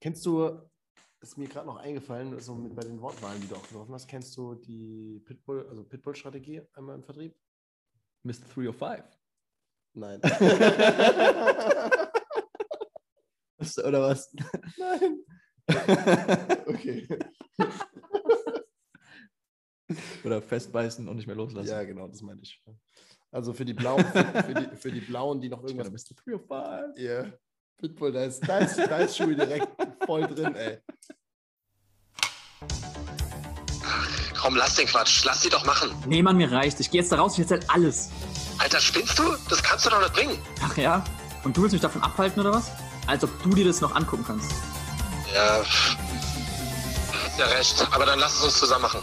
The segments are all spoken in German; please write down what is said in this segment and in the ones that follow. Kennst du, ist mir gerade noch eingefallen, so mit bei den Wortwahlen, die du auch getroffen hast, kennst du die Pitbull, also Pitbull-Strategie einmal im Vertrieb? Mr. 305. Nein. Was- Oder was? Nein. okay. Oder festbeißen und nicht mehr loslassen. Ja, genau, das meine ich. Also für die Blauen, für, für, die, für die Blauen, die noch Ich irgendwas bin Mr. 305. Ja, Pitbull, da ist, da, ist, da ist Schuhe direkt voll drin, ey. Komm, lass den Quatsch. Lass sie doch machen. Nee, Mann, mir reicht. Ich gehe jetzt da raus und erzähl alles. Alter, spinnst du? Das kannst du doch nicht bringen. Ach ja? Und du willst mich davon abhalten oder was? Als ob du dir das noch angucken kannst. Ja. pff. Hast ja recht. Aber dann lass es uns zusammen machen.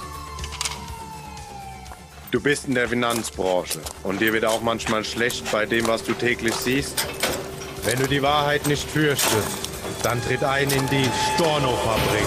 Du bist in der Finanzbranche und dir wird auch manchmal schlecht bei dem, was du täglich siehst. Wenn du die Wahrheit nicht fürchtest, dann tritt ein in die Storno-Fabrik.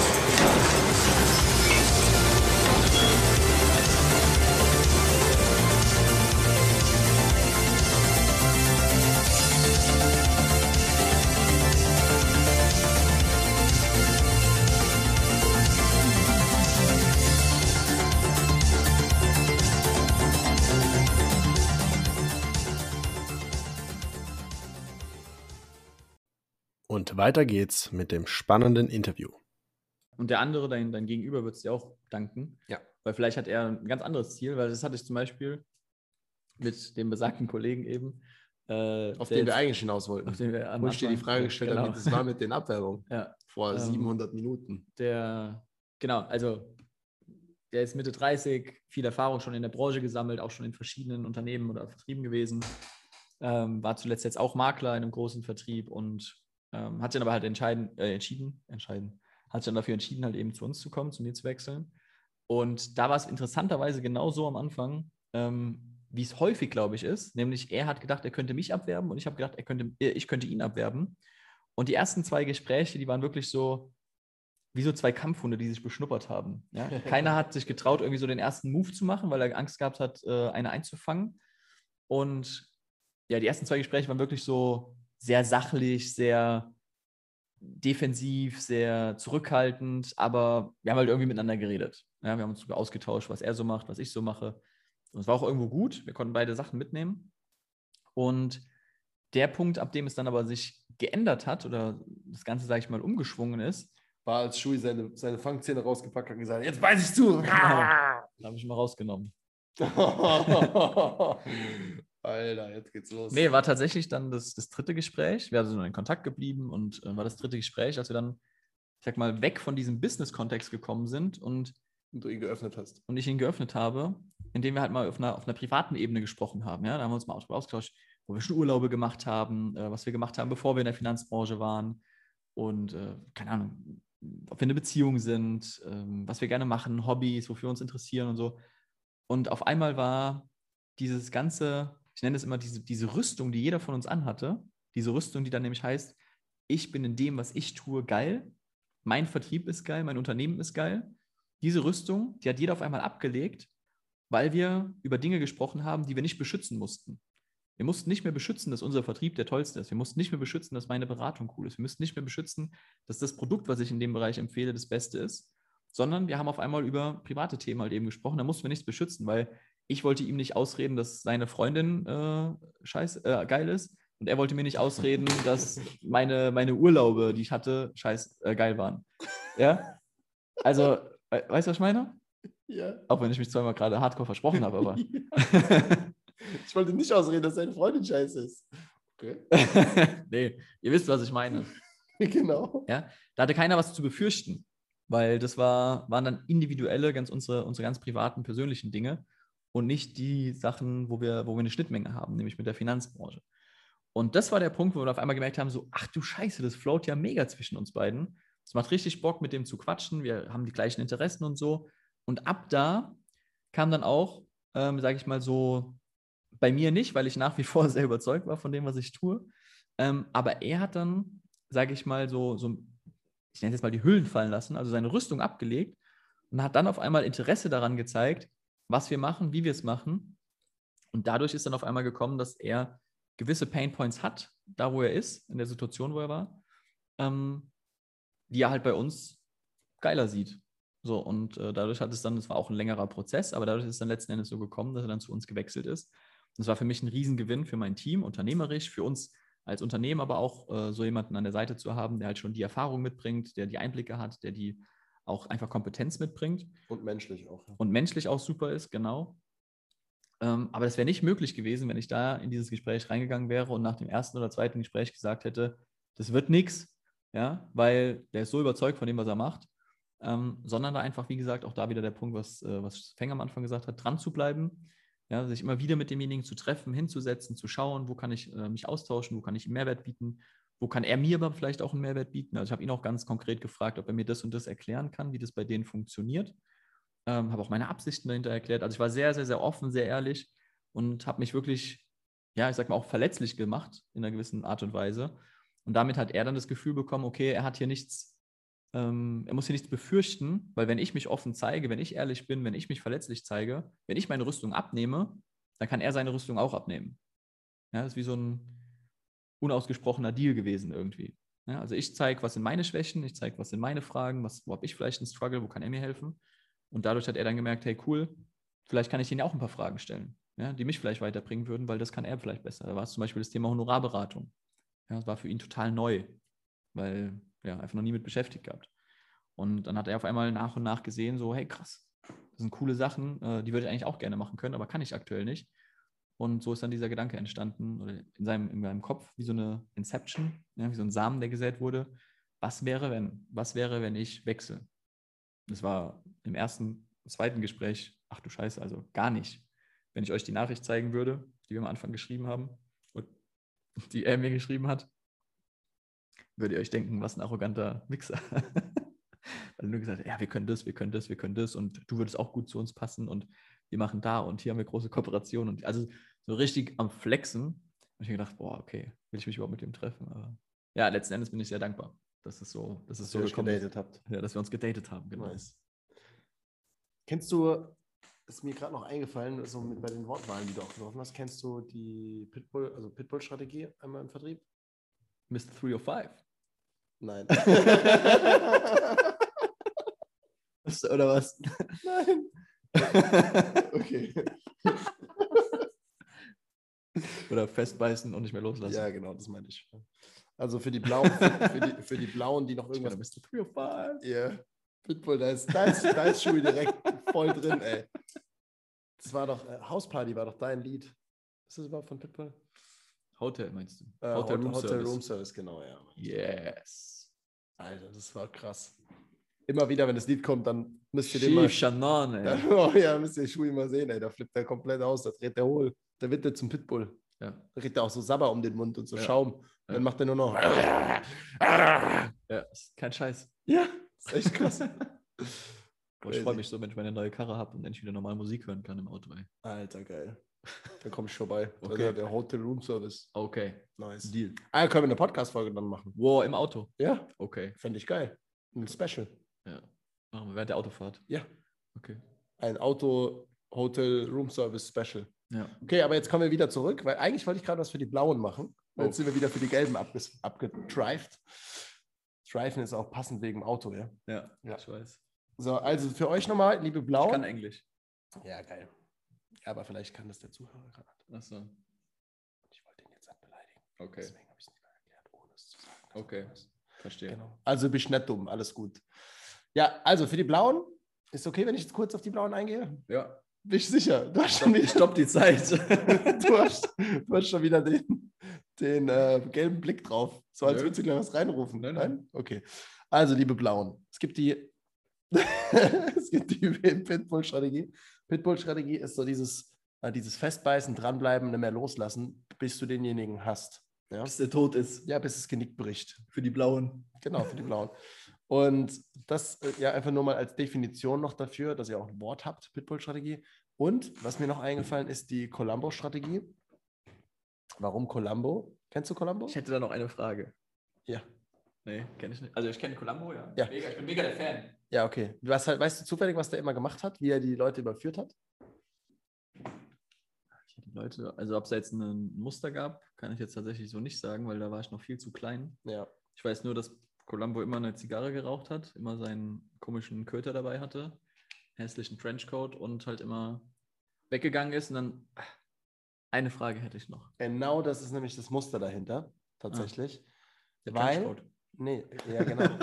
Und weiter geht's mit dem spannenden Interview. Und der andere, dein, dein Gegenüber, wird es dir auch danken. Ja. Weil vielleicht hat er ein ganz anderes Ziel, weil das hatte ich zum Beispiel mit dem besagten Kollegen eben. äh, Auf der den wir jetzt- eigentlich hinaus wollten. auf den wir am Wo ich dir die Anfang- Frage gestellt genau. habe, das war mit den Abwerbungen Ja, vor Ähm, 700 Minuten. der, genau, also der ist Mitte 30, viel Erfahrung schon in der Branche gesammelt, auch schon in verschiedenen Unternehmen oder Vertrieben gewesen. Ähm, war zuletzt jetzt auch Makler in einem großen Vertrieb und ähm, hat sich dann aber halt entscheiden, äh, entschieden, entscheiden, hat sich dann dafür entschieden, halt eben zu uns zu kommen, zu mir zu wechseln. Und da war es interessanterweise genauso am Anfang, ähm, wie es häufig, glaube ich, ist. Nämlich, er hat gedacht, er könnte mich abwerben und ich habe gedacht, er könnte, äh, ich könnte ihn abwerben. Und die ersten zwei Gespräche, die waren wirklich so, wie so zwei Kampfhunde, die sich beschnuppert haben. Ja? Keiner hat sich getraut, irgendwie so den ersten Move zu machen, weil er Angst gehabt hat, äh, eine einzufangen. Und ja, die ersten zwei Gespräche waren wirklich so sehr sachlich, sehr defensiv, sehr zurückhaltend, aber wir haben halt irgendwie miteinander geredet. Ja, wir haben uns darüber ausgetauscht, was er so macht, was ich so mache. Und es war auch irgendwo gut. Wir konnten beide Sachen mitnehmen. Und der Punkt, ab dem es dann aber sich geändert hat oder das Ganze, sage ich mal, umgeschwungen ist, War als Schui seine, seine Fangzähne rausgepackt hat und gesagt, jetzt beiß ich zu. Ah! da habe Genau. ich mal rausgenommen. Alter, jetzt geht's los. Nee, war tatsächlich dann das, das dritte Gespräch. Wir sind in Kontakt geblieben und äh, war das dritte Gespräch, als wir dann, ich sag mal, weg von diesem Business-Kontext gekommen sind und Und du ihn geöffnet hast. und ich ihn geöffnet habe, indem wir halt mal auf einer, auf einer privaten Ebene gesprochen haben. Ja? Da haben wir uns mal drüber ausgetauscht, wo wir schon Urlaube gemacht haben, äh, was wir gemacht haben, bevor wir in der Finanzbranche waren und äh, keine Ahnung, ob wir eine Beziehung sind, ähm, was wir gerne machen, Hobbys, wofür wir uns interessieren und so. Und auf einmal war dieses ganze, ich nenne es immer diese, diese Rüstung, die jeder von uns anhatte, diese Rüstung, die dann nämlich heißt, ich bin in dem, was ich tue, geil, mein Vertrieb ist geil, mein Unternehmen ist geil diese Rüstung, die hat jeder auf einmal abgelegt, weil wir über Dinge gesprochen haben, die wir nicht beschützen mussten. Wir mussten nicht mehr beschützen, dass unser Vertrieb der tollste ist. Wir mussten nicht mehr beschützen, dass meine Beratung cool ist. Wir mussten nicht mehr beschützen, dass das Produkt, was ich in dem Bereich empfehle, das Beste ist. Sondern wir haben auf einmal über private Themen halt eben gesprochen. Da mussten wir nichts beschützen, weil ich wollte ihm nicht ausreden, dass seine Freundin äh, scheiß, äh, geil ist. Und er wollte mir nicht ausreden, dass meine, meine Urlaube, die ich hatte, scheiß äh, geil waren. Ja? Also, we weißt du, was ich meine? Ja. Auch wenn ich mich zweimal gerade hardcore versprochen habe, aber. Ich wollte nicht ausreden, dass seine Freundin scheiße ist. Okay. nee, ihr wisst, was ich meine. Genau. Da hatte keiner was zu befürchten, weil das war, waren dann individuelle, ganz unsere, unsere ganz privaten, persönlichen Dinge und nicht die Sachen, wo wir, wo wir eine Schnittmenge haben, nämlich mit der Finanzbranche. Und das war der Punkt, wo wir auf einmal gemerkt haben: so, ach du Scheiße, das float ja mega zwischen uns beiden. Es macht richtig Bock, mit dem zu quatschen. Wir haben die gleichen Interessen und so. Und ab da kam dann auch, ähm, sage ich mal so, bei mir nicht, weil ich nach wie vor sehr überzeugt war von dem, was ich tue. Ähm, aber er hat dann, sage ich mal, so, so, ich nenne es jetzt mal die Hüllen fallen lassen, also seine Rüstung abgelegt und hat dann auf einmal Interesse daran gezeigt, was wir machen, wie wir es machen. Und dadurch ist dann auf einmal gekommen, dass er gewisse Painpoints hat, da wo er ist, in der Situation, wo er war, ähm, die er halt bei uns geiler sieht. So, und äh, dadurch hat es dann, es war auch ein längerer Prozess, aber dadurch ist es dann letzten Endes so gekommen, dass er dann zu uns gewechselt ist. Und es war für mich ein Riesengewinn für mein Team, unternehmerisch, für uns als Unternehmen, aber auch äh, so jemanden an der Seite zu haben, der halt schon die Erfahrung mitbringt, der die Einblicke hat, der die auch einfach Kompetenz mitbringt Und menschlich auch. Ja. Mhm. und menschlich auch super ist, genau. Ähm, aber das wäre nicht möglich gewesen, wenn ich da in dieses Gespräch reingegangen wäre und nach dem ersten oder zweiten Gespräch gesagt hätte, das wird nichts, ja, weil der ist so überzeugt von dem, was er macht, ähm, sondern da einfach, wie gesagt, auch da wieder der Punkt, was, äh, was Feng am Anfang gesagt hat, dran zu bleiben, ja, sich immer wieder mit demjenigen zu treffen, hinzusetzen, zu schauen, wo kann ich äh, mich austauschen, wo kann ich ihm Mehrwert bieten, wo kann er mir aber vielleicht auch einen Mehrwert bieten. Also ich habe ihn auch ganz konkret gefragt, ob er mir das und das erklären kann, wie das bei denen funktioniert. Ähm, habe auch meine Absichten dahinter erklärt. Also ich war sehr, sehr, sehr offen, sehr ehrlich und habe mich wirklich, ja, ich sag mal, auch verletzlich gemacht in einer gewissen Art und Weise. Und damit hat er dann das Gefühl bekommen, okay, er hat hier nichts, ähm, er muss hier nichts befürchten, weil wenn ich mich offen zeige, wenn ich ehrlich bin, wenn ich mich verletzlich zeige, wenn ich meine Rüstung abnehme, dann kann er seine Rüstung auch abnehmen. Ja, das ist wie so ein unausgesprochener Deal gewesen irgendwie. Ja, also ich zeige, was sind meine Schwächen, ich zeige, was sind meine Fragen, was, wo habe ich vielleicht einen Struggle, wo kann er mir helfen. Und dadurch hat er dann gemerkt, hey cool, vielleicht kann ich ihn ja auch ein paar Fragen stellen, ja, die mich vielleicht weiterbringen würden, weil das kann er vielleicht besser. Da war es zum Beispiel das Thema Honorarberatung. Ja, das war für ihn total neu, weil er ja, einfach noch nie mit beschäftigt gehabt. Und dann hat er auf einmal nach und nach gesehen, so hey krass, das sind coole Sachen, äh, die würde ich eigentlich auch gerne machen können, aber kann ich aktuell nicht. Und so ist dann dieser Gedanke entstanden, oder in seinem, in seinem Kopf, wie so eine Inception, ja, wie so ein Samen, der gesät wurde. Was wäre, wenn? Was wäre, wenn ich wechsle? Das war im ersten, zweiten Gespräch, ach du Scheiße, also gar nicht. Wenn ich euch die Nachricht zeigen würde, die wir am Anfang geschrieben haben und die er mir geschrieben hat, würdet ihr euch denken, was ein arroganter Wichser. Weil nur gesagt, hat, ja, wir können das, wir können das, wir können das und du würdest auch gut zu uns passen und wir machen da und hier haben wir große Kooperationen und also so richtig am Flexen. Und ich habe gedacht, boah, okay, will ich mich überhaupt mit dem treffen? Aber ja, letzten Endes bin ich sehr dankbar, dass es so, dass es so ihr euch gekommen ist. gedatet habt. Ja, dass wir uns gedatet haben, genau. Nice. Kennst du, ist mir gerade noch eingefallen, so mit bei den Wortwahlen, die du auch getroffen hast, kennst du die Pitbull, also Pitbull-Strategie einmal im Vertrieb? Mr. 305. Nein. Oder was? Nein. okay. Oder festbeißen und nicht mehr loslassen. Ja, genau, das meinte ich. Also für die Blauen, für, für, die, für die Blauen, die noch Ich war irgendwas der Mr. 305. Ja, Pitbull, da ist, da ist, da ist Schuhe direkt voll drin, ey. Das war doch, äh, Hausparty war doch dein Lied. Ist das überhaupt von Pitbull? Hotel meinst du? Äh, Hotel Room Hotel Service. Room Service, genau, ja. Yes. Alter, das war krass. Immer wieder, wenn das Lied kommt, dann müsst ihr den mal. Chief Shannon, Dann, ey. oh ja, müsst ihr Schuhe mal sehen, ey. Da flippt er komplett aus, da dreht der hohl. Da wird der zum Pitbull. Ja. Da kriegt er auch so Sabber um den Mund und so Ja. Schaum. Und Ja. Dann macht er nur noch. ja, ist kein Scheiß. Ja, ist echt krass. Aber ich Crazy. freue mich so, wenn ich meine neue Karre habe und endlich wieder normal Musik hören kann im Auto, ey. Alter, geil. Dann komme ich vorbei. Okay. Also der Hotel Room Service. Okay. Nice. Deal. Ah, können wir eine Podcast-Folge dann machen. Wow, im Auto. Ja, Okay. fände ich geil. Ein Special. Ja. Machen wir während der Autofahrt. Ja. Okay. Ein Auto-Hotel-Room-Service-Special. Ja. Okay, aber jetzt kommen wir wieder zurück, weil eigentlich wollte ich gerade was für die Blauen machen. Und Jetzt Oh. sind wir wieder für die Gelben abges- abgetrived. Driven ist auch passend wegen Auto, ja. Ja, Ja. ich weiß. So, also für euch nochmal, liebe Ich kann Blauen. Englisch. Ja, geil. Ja, aber vielleicht kann das der Zuhörer gerade. Achso. Ich wollte ihn jetzt nicht beleidigen. Okay. Deswegen habe ich es nicht mal erklärt, ohne es zu sagen. dass er Okay. dumm ist. Verstehe. Genau. Also bist nicht dumm, alles gut. Ja, also für die Blauen, ist okay, wenn ich jetzt kurz auf die Blauen eingehe? Ja. Bist du sicher? Du hast schon wieder, Stopp die Zeit. du hast, du hast schon wieder den, den äh, gelben Blick drauf. So als Nö. würdest du gleich was reinrufen. Nein, nein. Okay. Also, liebe Blauen, es gibt die, es gibt die Pitbull-Strategie. Pitbull-Strategie ist so dieses, äh, dieses Festbeißen, dranbleiben, nicht mehr loslassen, bis du denjenigen hast. Ja? Bis der tot ist. ja, bis das Genick bricht. Für die Blauen. Genau, für die Blauen. Und das äh, ja einfach nur mal als Definition noch dafür, dass ihr auch ein Wort habt, Pitbull-Strategie. Und was mir noch eingefallen ist, die Columbo-Strategie. Warum Columbo? Kennst du Columbo? Ich hätte da noch eine Frage. Ja. Nee, kenne ich nicht. Also ich kenne Columbo, ja. Ja. Mega, ich bin mega der Fan. Ja, okay. Was, halt- weißt du zufällig, was der immer gemacht hat, wie er die Leute überführt hat? Ich hätte Leute, also ob es jetzt ein Muster gab, kann ich jetzt tatsächlich so nicht sagen, weil da war ich noch viel zu klein. Ja. Ich weiß nur, dass Columbo immer eine Zigarre geraucht hat, immer seinen komischen Köter dabei hatte, hässlichen Trenchcoat und halt immer weggegangen ist. Und dann ah, eine Frage hätte ich noch. Genau das ist nämlich das Muster dahinter, tatsächlich. Ah. Der Weil- Nee, ja, genau.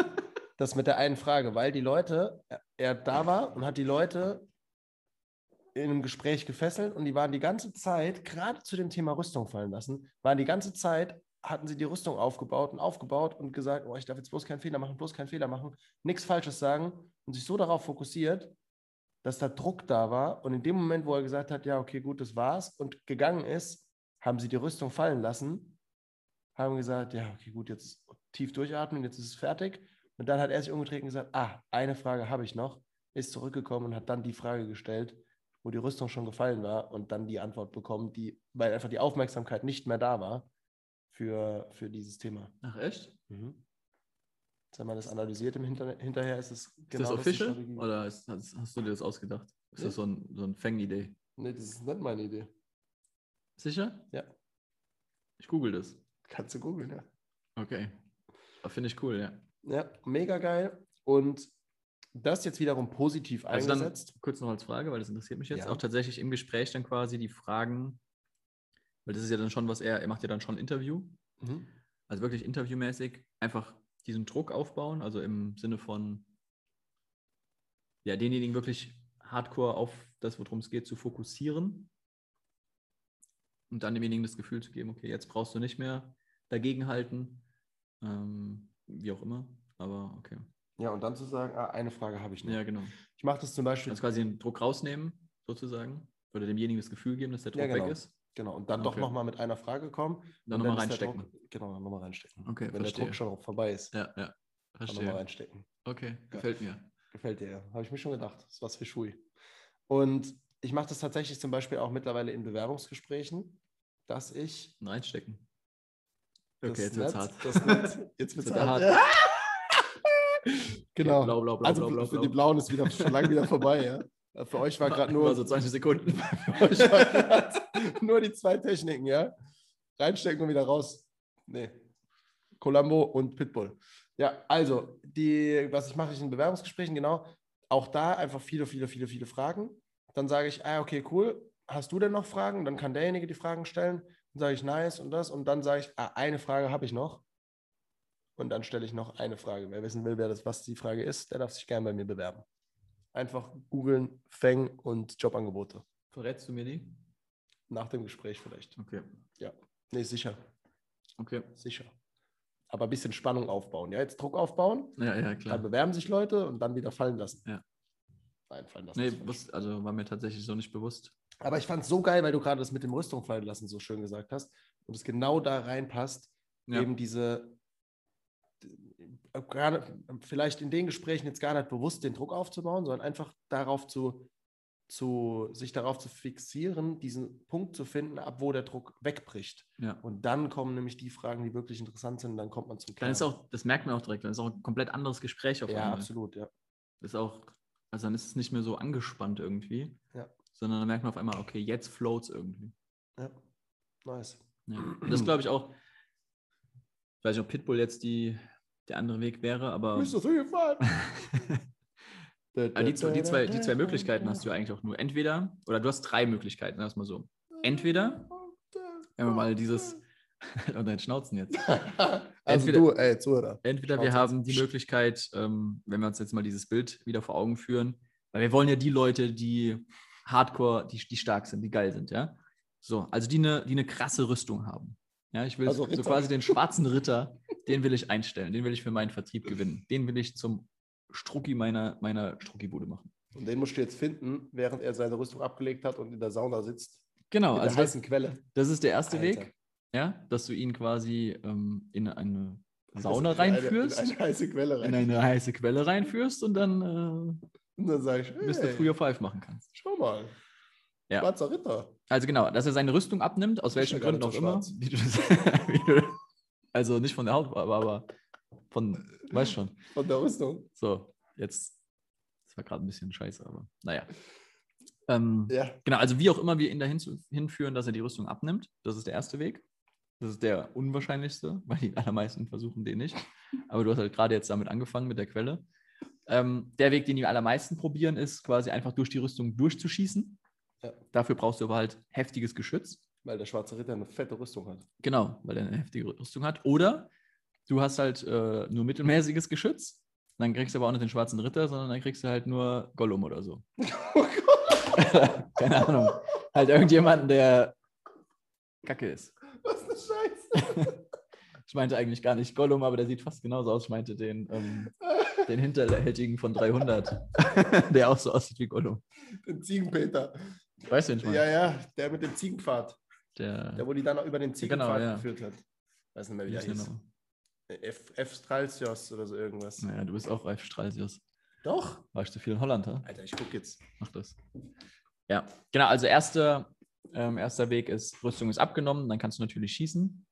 das mit der einen Frage, weil die Leute, er, er da war und hat die Leute in einem Gespräch gefesselt und die waren die ganze Zeit, gerade zu dem Thema Rüstung fallen lassen, waren die ganze Zeit, hatten sie die Rüstung aufgebaut und aufgebaut und gesagt, oh, ich darf jetzt bloß keinen Fehler machen, bloß keinen Fehler machen, nichts Falsches sagen und sich so darauf fokussiert, dass da Druck da war und in dem Moment, wo er gesagt hat, ja, okay, gut, das war's und gegangen ist, haben sie die Rüstung fallen lassen, haben gesagt, ja, okay, gut, jetzt tief durchatmen, jetzt ist es fertig und dann hat er sich umgedreht und gesagt, ah, eine Frage habe ich noch, ist zurückgekommen und hat dann die Frage gestellt, wo die Rüstung schon gefallen war und dann die Antwort bekommen, die, weil einfach die Aufmerksamkeit nicht mehr da war für, für dieses Thema. Ach echt? Jetzt haben wir das analysiert im Hinter hinterher, ist es genau Ist das das official? Oder ist, hast, hast du dir das ausgedacht? Ist Nee. das so ein, so ein Fang-Idee? Nee, das ist nicht meine Idee. Sicher? Ja. Ich google das. Kannst du googeln, ja. Okay. Aber Finde ich cool, ja. Ja, mega geil. Und das jetzt wiederum positiv Also dann eingesetzt. kurz noch als Frage, weil das interessiert mich jetzt Ja. auch tatsächlich im Gespräch dann quasi die Fragen, weil das ist ja dann schon was er, er macht ja dann schon ein Interview, Mhm. also wirklich interviewmäßig einfach diesen Druck aufbauen, also im Sinne von ja, denjenigen wirklich hardcore auf das, worum es geht, zu fokussieren und dann demjenigen das Gefühl zu geben, okay, jetzt brauchst du nicht mehr dagegenhalten, ähm, wie auch immer, aber okay. Ja, und dann zu sagen, ah, eine Frage habe ich noch. Ja, genau. Ich mache das zum Beispiel, Also quasi den Druck rausnehmen, sozusagen. Oder demjenigen das Gefühl geben, dass der Druck Ja, genau. weg ist. genau, und dann doch Okay. nochmal mit einer Frage kommen. Dann und nochmal ist der reinstecken. Druck, genau, dann nochmal reinstecken. Okay, Wenn verstehe. der Druck schon vorbei ist, Ja, ja. dann nochmal Verstehe. reinstecken. Okay, gefällt mir. Gefällt dir, ja. Habe ich mir schon gedacht. Das ist was für Schui. Und ich mache das tatsächlich zum Beispiel auch mittlerweile in Bewerbungsgesprächen, dass ich Ein Reinstecken. das Okay, jetzt wird's Netz- hart. Das Netz, jetzt wird's Jetzt wird's hart. genau. Blau, blau, blau, also blau, blau, für blau. die Blauen ist wieder schon lange wieder vorbei, ja. Für euch war gerade nur, War so 20 Sekunden. für euch war grad nur die zwei Techniken, ja. Reinstecken und wieder raus. Nee. Columbo und Pitbull. Ja, also, die, was ich mache ich in Bewerbungsgesprächen, genau. Auch da einfach viele, viele, viele, viele Fragen. Dann sage ich, ah, okay, cool. Hast du denn noch Fragen? Dann kann derjenige die Fragen stellen. Dann sage ich, nice und das. Und dann sage ich, ah, eine Frage habe ich noch. Und dann stelle ich noch eine Frage. Wer wissen will, wer das, was die Frage ist, der darf sich gerne bei mir bewerben. Einfach googeln, Feng und Jobangebote. Verrätst du mir die? Nach dem Gespräch vielleicht. Okay. Nee, sicher, Okay. sicher. Aber ein bisschen Spannung aufbauen. Ja, jetzt Druck aufbauen, Ja, ja, dann klar. bewerben sich Leute und dann wieder fallen lassen. Ja. Nein, fallen lassen. Nee, ist falsch. was, also war mir tatsächlich so nicht bewusst. Aber ich fand es so geil, weil du gerade das mit dem Rüstung fallen lassen so schön gesagt hast und es genau da reinpasst, Ja. eben diese, äh, gerade vielleicht in den Gesprächen jetzt gar nicht bewusst den Druck aufzubauen, sondern einfach darauf zu, zu sich darauf zu fixieren, diesen Punkt zu finden, ab wo der Druck wegbricht. Ja. Und dann kommen nämlich die Fragen, die wirklich interessant sind, und dann kommt man zum Dann Kern. ist auch, das merkt man auch direkt, dann ist auch ein komplett anderes Gespräch auf ja, einmal. absolut, ja. ist auch, also dann ist es nicht mehr so angespannt irgendwie, Ja. sondern dann merkt man auf einmal, okay, jetzt floats irgendwie. ja. Nice. Ja. Und das glaube ich auch, ich weiß nicht, ob Pitbull jetzt die, der andere Weg wäre, aber Mr. Three, five. Ah, die, zwei- die, zwei, die zwei Möglichkeiten hast du ja eigentlich auch nur. Entweder, oder du hast drei Möglichkeiten, sagen wir es mal so. Entweder, wenn wir mal dieses, und dein Schnauzen jetzt. Also Entweder- du, ey, Zuhörer. Entweder wir Schnauze. haben die Möglichkeit, ähm, wenn wir uns jetzt mal dieses Bild wieder vor Augen führen, weil wir wollen ja die Leute, die hardcore, die, die stark sind, die geil sind, ja. So, also die eine die eine krasse Rüstung haben. Ja, ich will Also so Ritter. quasi den schwarzen Ritter, den will ich einstellen, den will ich für meinen Vertrieb gewinnen, den will ich zum Strucki meiner, meiner Strucki-Bude machen. Und den musst du jetzt finden, während er seine Rüstung abgelegt hat und in der Sauna sitzt. Genau, In also der das, heißen Quelle. das ist der erste Alter. Weg, ja, dass du ihn quasi ähm, in eine Sauna reinführst, In eine, in eine heiße Quelle rein. in eine heiße Quelle reinführst und dann äh, Und dann sage ich, hey, Mr. Free of Five machen kannst. schau mal. Ja. Schwarzer Ritter. Also genau, dass er seine Rüstung abnimmt, aus Die ist welchen ja gar Gründen auch nicht so schwarz. immer. Wie du das, wie du, also nicht von der Hautfarbe, aber von, weiß schon. Von der Rüstung. So, jetzt, das war gerade ein bisschen scheiße, aber naja. Ähm, Ja. Genau, also wie auch immer wir ihn dahin zu, hinführen, dass er die Rüstung abnimmt, das ist der erste Weg. Das ist der unwahrscheinlichste, weil die allermeisten versuchen den nicht. Aber du hast halt gerade jetzt damit angefangen mit der Quelle. Ähm, der Weg, den die allermeisten probieren, ist quasi einfach durch die Rüstung durchzuschießen. Ja. Dafür brauchst du aber halt heftiges Geschütz. Weil der schwarze Ritter eine fette Rüstung hat. Genau, weil er eine heftige Rüstung hat. Oder du hast halt äh, nur mittelmäßiges Geschütz. Dann kriegst du aber auch nicht den schwarzen Ritter, sondern dann kriegst du halt nur Gollum oder so. Keine Ahnung. Halt irgendjemanden, der Kacke ist. Was eine Scheiße. Ich meinte eigentlich gar nicht Gollum, aber der sieht fast genauso aus. Ich meinte den, ähm, den Hinterhältigen von 300, der auch so aussieht wie Gollum. Den Ziegenpeter. Weißt du, wen ich meine? Ja, ja, der mit dem Ziegenpfad. Der, Der, wo die dann auch über den Ziegenpfad ja. geführt hat. Weiß nicht mehr, Genau, wie wie der ist der hieß. noch? F. F. Stralsios oder so irgendwas. Naja, du bist auch Ralf Stralsius. Doch. Warst du viel in Holland, ha? Alter, ich guck jetzt. Mach das. Ja, genau. Also erster, ähm, erster Weg ist, Rüstung ist abgenommen, dann kannst du natürlich schießen.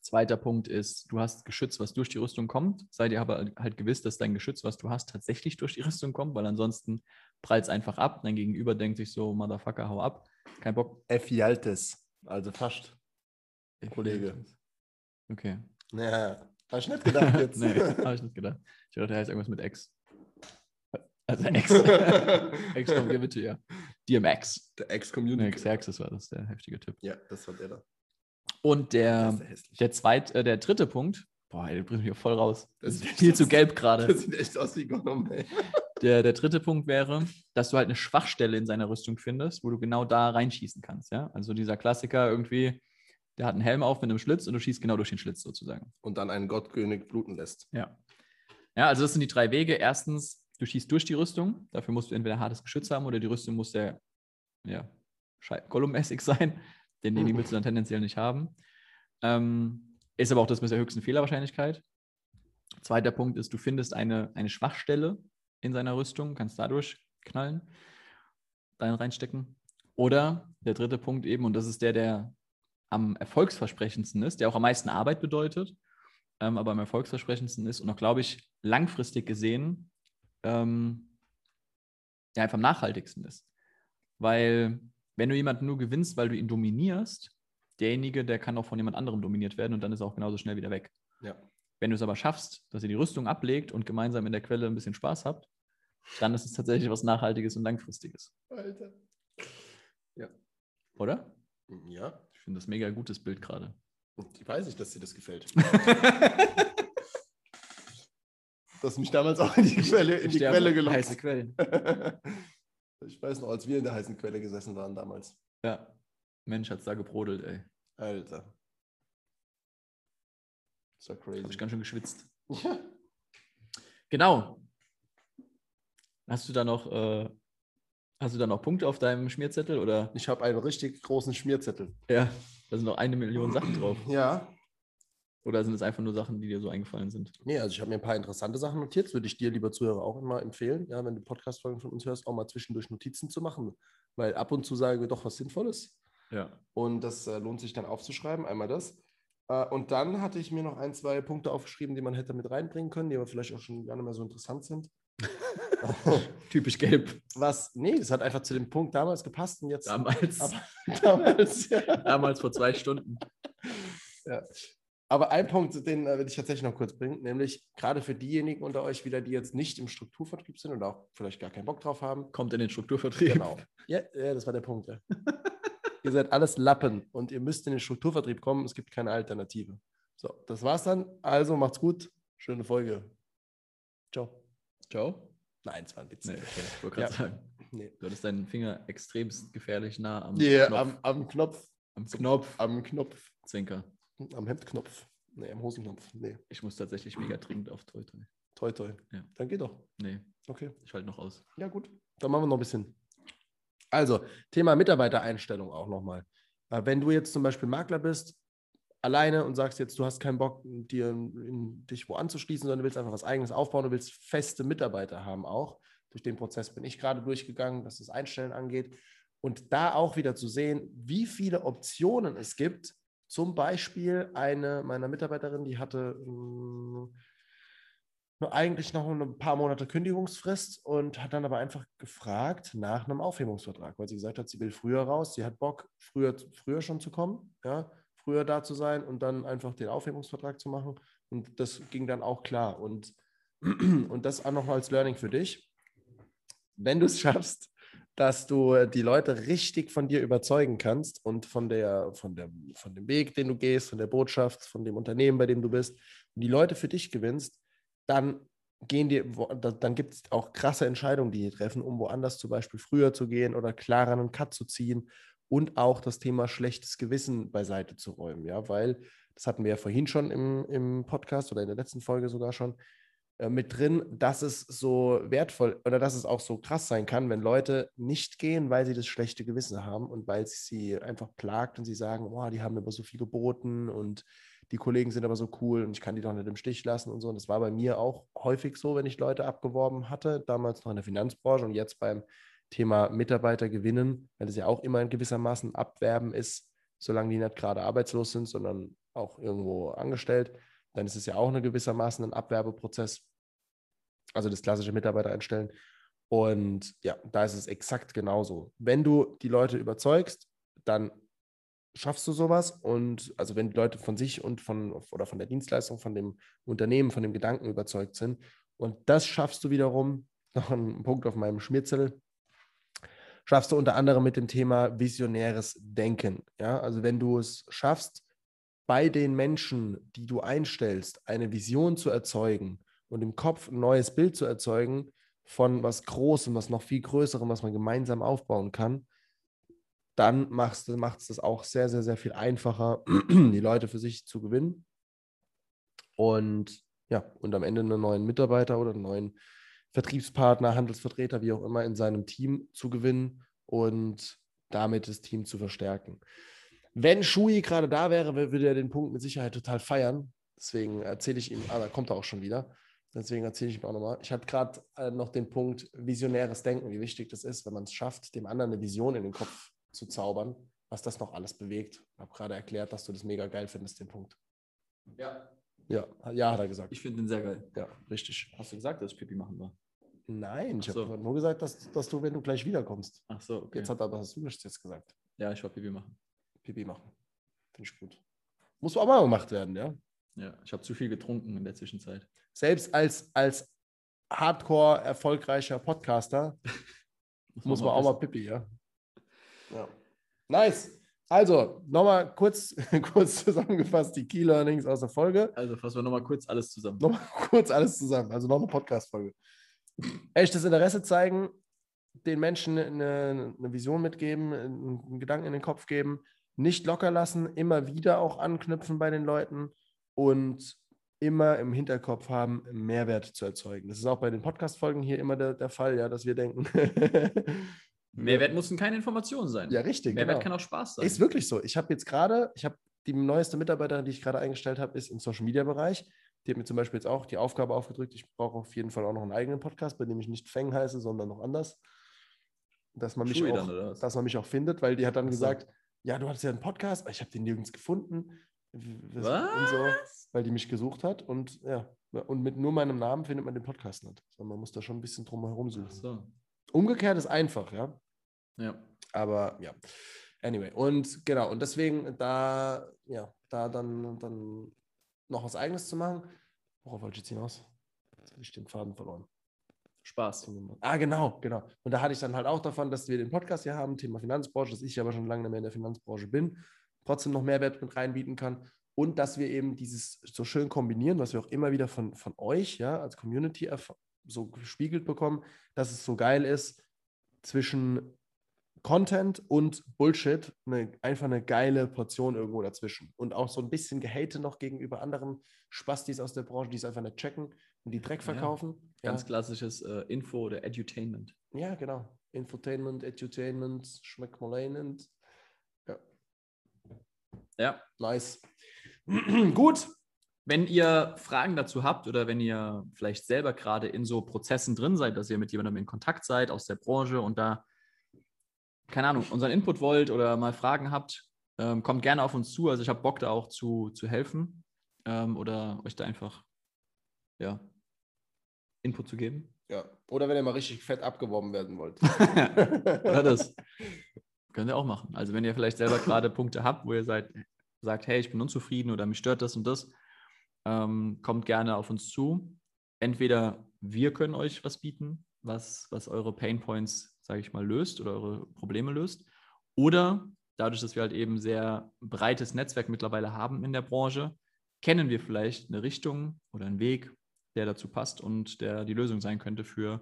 Zweiter Punkt ist, du hast Geschütz, was durch die Rüstung kommt. Sei dir aber halt gewiss, dass dein Geschütz, was du hast, tatsächlich durch die Rüstung kommt, weil ansonsten prallt es einfach ab. Dein Gegenüber denkt sich so, Motherfucker, hau ab. Kein Bock. F. Jaltes. Also fast. Kollege. Okay. Naja, hab ich nicht gedacht jetzt. nee, habe ich nicht gedacht. Ich dachte, der heißt irgendwas mit Ex. Also Ex. Ex kommt hier bitte, ja. DMX. Der Nee, Ex-Community. Xerxes war das, der heftige Typ. ja, das war der da. Und der, Das ist hässlich. der, zweit, äh, der dritte Punkt, boah, ey, du bringst mich auch voll raus. Das Das ist ist- viel zu gelb gerade. das sieht echt aus wie Gollum, ey. Der, der dritte Punkt wäre, dass du halt eine Schwachstelle in seiner Rüstung findest, wo du genau da reinschießen kannst. Ja? Also dieser Klassiker irgendwie, der hat einen Helm auf mit einem Schlitz und du schießt genau durch den Schlitz sozusagen. Und dann einen Gottkönig bluten lässt. Ja. Ja, also das sind die drei Wege. Erstens, du schießt durch die Rüstung. Dafür musst du entweder hartes Geschütz haben oder die Rüstung muss der, ja, schei- gollummäßig sein. Denn den, den willst du dann tendenziell nicht haben. Ähm, ist aber auch das mit der höchsten Fehlerwahrscheinlichkeit. Zweiter Punkt ist, du findest eine, eine Schwachstelle in seiner Rüstung, kannst dadurch knallen, deinen reinstecken. Oder der dritte Punkt eben, und das ist der, der am erfolgsversprechendsten ist, der auch am meisten Arbeit bedeutet, ähm, aber am erfolgsversprechendsten ist und auch, glaube ich, langfristig gesehen ähm, ja, einfach am nachhaltigsten ist. Weil, wenn du jemanden nur gewinnst, weil du ihn dominierst, derjenige, der kann auch von jemand anderem dominiert werden und dann ist er auch genauso schnell wieder weg. Ja. Wenn du es aber schaffst, dass ihr die Rüstung ablegt und gemeinsam in der Quelle ein bisschen Spaß habt, dann ist es tatsächlich was Nachhaltiges und Langfristiges, Alter. oder? Ja, Ich finde das mega gutes Bild gerade. ich weiß nicht, dass dir das gefällt. dass mich damals auch in die Quelle, in die Sterbe- Quelle Heiße gelockt. Quellen. ich weiß noch, als wir in der heißen Quelle gesessen waren damals. Ja. Mensch, hat's da gebrodelt, ey. Alter. Das war crazy. Habe ich ganz schön geschwitzt. Ja. Genau. Hast du da noch, äh, hast du da noch Punkte auf deinem Schmierzettel oder? Ich habe einen richtig großen Schmierzettel. Ja. Da sind noch eine Million Sachen drauf. Ja. Oder sind es einfach nur Sachen, die dir so eingefallen sind? Nee, also ich habe mir ein paar interessante Sachen notiert. Das würde ich dir, lieber Zuhörer, auch immer empfehlen, ja, wenn du Podcast-Folgen von uns hörst, auch mal zwischendurch Notizen zu machen. Weil ab und zu sagen wir doch was Sinnvolles. Ja. Und das äh, lohnt sich dann aufzuschreiben, einmal das. Äh, und dann hatte ich mir noch ein, zwei Punkte aufgeschrieben, die man hätte mit reinbringen können, die aber vielleicht auch schon gar nicht mehr so interessant sind. Typisch gelb. Was, nee, das hat einfach zu dem Punkt damals gepasst und jetzt Damals. Aber- damals, ja. Damals vor zwei Stunden. Aber ein Punkt, den äh, will ich tatsächlich noch kurz bringen, nämlich gerade für diejenigen unter euch wieder, die jetzt nicht im Strukturvertrieb sind und auch vielleicht gar keinen Bock drauf haben. Kommt in den Strukturvertrieb. Genau. Ja, ja das war der Punkt. Ja. ihr seid alles Lappen und ihr müsst in den Strukturvertrieb kommen. Es gibt keine Alternative. So, das war's dann. Also macht's gut. Schöne Folge. Ciao. Ciao. Nein, es war ein Witz. Nee, okay. Ich wollte gerade Ja. sagen. Nee. Du hattest deinen Finger extremst gefährlich nah am Yeah, Knopf. am, am Knopf, am Knopf. am Knopf, Zwinker. am Hemdknopf. Nee, am Hosenknopf. Nee, Ich muss tatsächlich mega dringend auf Toi Toi. toi, toi. Ja. Dann geht doch. Nee, Okay. ich halte noch aus. Ja, gut. Dann machen wir noch ein bisschen. Also, Thema Mitarbeitereinstellung auch nochmal. Äh, Wenn du jetzt zum Beispiel Makler bist, alleine und sagst jetzt, du hast keinen Bock, dir, in, dich wo anzuschließen, sondern du willst einfach was Eigenes aufbauen, du willst feste Mitarbeiter haben auch. Durch den Prozess bin ich gerade durchgegangen, was das Einstellen angeht. Und da auch wieder zu sehen, wie viele Optionen es gibt. Zum Beispiel eine meiner Mitarbeiterinnen, die hatte hm, mh, nur eigentlich noch ein paar Monate Kündigungsfrist und hat dann aber einfach gefragt nach einem Aufhebungsvertrag, weil sie gesagt hat, sie will früher raus, sie hat Bock, früher, früher schon zu kommen, ja, früher da zu sein und dann einfach den Aufhebungsvertrag zu machen. Und das ging dann auch klar. Und, und das auch noch als Learning für dich. Wenn du es schaffst, dass du äh, die Leute richtig von dir überzeugen kannst und von, der, von, der, von dem Weg, den du gehst, von der Botschaft, von dem Unternehmen, bei dem du bist, und die Leute für dich gewinnst, dann gehen dir, dann gibt es auch krasse Entscheidungen, die die treffen, um woanders zum Beispiel früher zu gehen oder klarer einen Cut zu ziehen und auch das Thema schlechtes Gewissen beiseite zu räumen, ja, weil das hatten wir ja vorhin schon im, im Podcast oder in der letzten Folge sogar schon äh, mit drin, dass es so wertvoll oder dass es auch so krass sein kann, wenn Leute nicht gehen, weil sie das schlechte Gewissen haben und weil es sie einfach plagt und sie sagen, oh, die haben mir aber so viel geboten und die Kollegen sind aber so cool und ich kann die doch nicht im Stich lassen und so. Und das war bei mir auch häufig so, wenn ich Leute abgeworben hatte, damals noch in der Finanzbranche und jetzt beim Thema Mitarbeiter gewinnen, weil es ja auch immer in gewissermaßen Abwerben ist, solange die nicht gerade arbeitslos sind, sondern auch irgendwo angestellt, dann ist es ja auch eine gewissermaßen ein Abwerbeprozess. Also das klassische Mitarbeiter einstellen. Und ja, da ist es exakt genauso. Wenn du die Leute überzeugst, dann schaffst du sowas? Und also wenn die Leute von sich und von oder von der Dienstleistung, von dem Unternehmen, von dem Gedanken überzeugt sind. Und das schaffst du wiederum, noch ein Punkt auf meinem Schmirzel, schaffst du unter anderem mit dem Thema visionäres Denken. Ja, also wenn du es schaffst, bei den Menschen, die du einstellst, eine Vision zu erzeugen und im Kopf ein neues Bild zu erzeugen von was Großem, was noch viel Größerem, was man gemeinsam aufbauen kann, dann macht es das auch sehr, sehr, sehr viel einfacher, die Leute für sich zu gewinnen. Und ja, und am Ende einen neuen Mitarbeiter oder einen neuen Vertriebspartner, Handelsvertreter, wie auch immer, in seinem Team zu gewinnen und damit das Team zu verstärken. Wenn Shui gerade da wäre, würde er den Punkt mit Sicherheit total feiern. Deswegen erzähle ich ihm, ah, da kommt er auch schon wieder. Deswegen erzähle ich ihm auch nochmal. Ich hatte gerade äh, noch den Punkt visionäres Denken, wie wichtig das ist, wenn man es schafft, dem anderen eine Vision in den Kopf zu zaubern, was das noch alles bewegt. Ich habe gerade erklärt, dass du das mega geil findest, den Punkt. Ja. Ja, ja, hat er gesagt. Ich finde den sehr geil. Ja, richtig. Hast du gesagt, dass ich Pipi machen war? Nein, ich Ach so. habe nur gesagt, dass, dass du, wenn du gleich wiederkommst. Ach so, okay. Jetzt hat aber, hast du das jetzt gesagt. ja, ich war Pipi machen. Pipi machen. Finde ich gut. Muss auch mal gemacht werden, ja. Ja, ich habe zu viel getrunken in der Zwischenzeit. Selbst als, als hardcore erfolgreicher Podcaster muss man auch mal Pipi, ja. ja. Nice. Also, nochmal kurz, kurz zusammengefasst die Key Learnings aus der Folge. Also fassen wir nochmal kurz alles zusammen. nochmal kurz alles zusammen. Also noch eine Podcast-Folge. Echtes Interesse zeigen, den Menschen eine, eine Vision mitgeben, einen Gedanken in den Kopf geben, nicht locker lassen, immer wieder auch anknüpfen bei den Leuten und immer im Hinterkopf haben, Mehrwert zu erzeugen. Das ist auch bei den Podcast-Folgen hier immer der, der Fall, ja, dass wir denken. Mehrwert mussten keine Informationen sein. ja, richtig. Mehrwert genau. kann auch Spaß sein. Ist wirklich so. Ich habe jetzt gerade, ich habe die neueste Mitarbeiterin, die ich gerade eingestellt habe, ist im Social Media Bereich. Die hat mir zum Beispiel jetzt auch die Aufgabe aufgedrückt, ich brauche auf jeden Fall auch noch einen eigenen Podcast, bei dem ich nicht Feng heiße, sondern noch anders. Dass man mich, Schui auch, dann, oder was? dass man mich auch findet, weil die hat dann Ach so. gesagt, ja, du hattest ja einen Podcast, aber ich habe den nirgends gefunden. Das- Und so, Was? weil die mich gesucht hat und ja, und mit nur meinem Namen findet man den Podcast nicht. Sondern man muss da schon ein bisschen drum herum suchen. Ach so. Umgekehrt ist einfach, ja. Ja. Aber ja. Anyway, und genau, und deswegen da, ja, da dann, dann noch was eigenes zu machen. Worauf wollte ich jetzt hinaus? Jetzt habe ich den Faden verloren. Spaß. Ah, genau, genau. Und da hatte ich dann halt auch davon, dass wir den Podcast hier haben, Thema Finanzbranche, dass ich aber schon lange nicht mehr in der Finanzbranche bin, trotzdem noch Mehrwert mit reinbieten kann und dass wir eben dieses so schön kombinieren, was wir auch immer wieder von, von euch, ja, als Community erf- so gespiegelt bekommen, dass es so geil ist, zwischen Content und Bullshit eine, einfach eine geile Portion irgendwo dazwischen. Und auch so ein bisschen Gehate noch gegenüber anderen Spastis aus der Branche, die es einfach nicht checken und die Dreck Ja, verkaufen. Ja. Ganz klassisches äh, Info oder Edutainment. Ja, genau. Infotainment, Edutainment, Schmeckmoleinend. Ja. Nice. Gut. Wenn ihr Fragen dazu habt oder wenn ihr vielleicht selber gerade in so Prozessen drin seid, dass ihr mit jemandem in Kontakt seid aus der Branche und da, keine Ahnung, unseren Input wollt oder mal Fragen habt, ähm, kommt gerne auf uns zu. Also ich habe Bock da auch zu, zu helfen ähm, oder euch da einfach, ja, Input zu geben. Ja. Oder wenn ihr mal richtig fett abgeworben werden wollt. Oder das. Könnt ihr auch machen. Also wenn ihr vielleicht selber gerade Punkte habt, wo ihr seid, sagt, hey, ich bin unzufrieden oder mich stört das und das, ähm, kommt gerne auf uns zu. Entweder wir können euch was bieten, was, was eure Pain Points, sage ich mal, löst oder eure Probleme löst. Oder dadurch, dass wir halt eben sehr breites Netzwerk mittlerweile haben in der Branche, kennen wir vielleicht eine Richtung oder einen Weg, der dazu passt und der die Lösung sein könnte für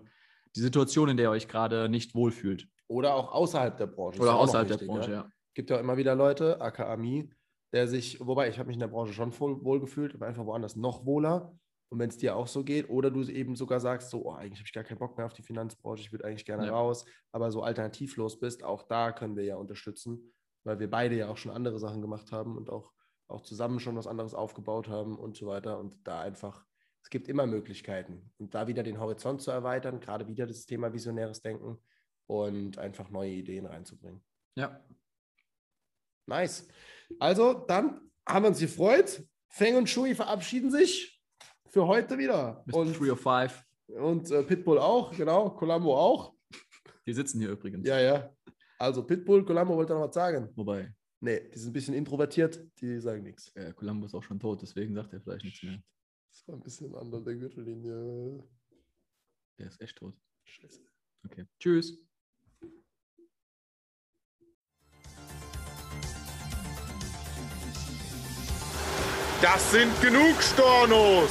die Situation, in der ihr euch gerade nicht wohlfühlt. Oder auch außerhalb der Branche. Ist Oder ja auch noch außerhalb der wichtig, Branche, ne? ja. Gibt ja auch immer wieder Leute, aka Mi, der sich, wobei ich habe mich in der Branche schon voll wohl gefühlt, aber einfach woanders noch wohler. Und wenn es dir auch so geht, oder du eben sogar sagst, so, oh, eigentlich habe ich gar keinen Bock mehr auf die Finanzbranche, ich würde eigentlich gerne Ja. raus, aber so alternativlos bist, auch da können wir ja unterstützen, weil wir beide ja auch schon andere Sachen gemacht haben und auch, auch zusammen schon was anderes aufgebaut haben und so weiter. Und da einfach, es gibt immer Möglichkeiten. Und da wieder den Horizont zu erweitern, gerade wieder das Thema visionäres Denken und einfach neue Ideen reinzubringen. Ja. Nice. Also, dann haben wir uns gefreut. Feng und Shui verabschieden sich für heute wieder. Mr. Und, 305. und äh, Pitbull auch, genau. Columbo auch. Die sitzen hier übrigens. Ja, ja. Also, Pitbull, Columbo wollte noch was sagen. Wobei, Nee, die sind ein bisschen introvertiert, die sagen nichts. äh, Columbus ist auch schon tot, deswegen sagt er vielleicht nichts mehr. Das war ein bisschen anders der Gürtellinie. Der ist echt tot. Scheiße. Okay. Tschüss. Das sind genug Stornos!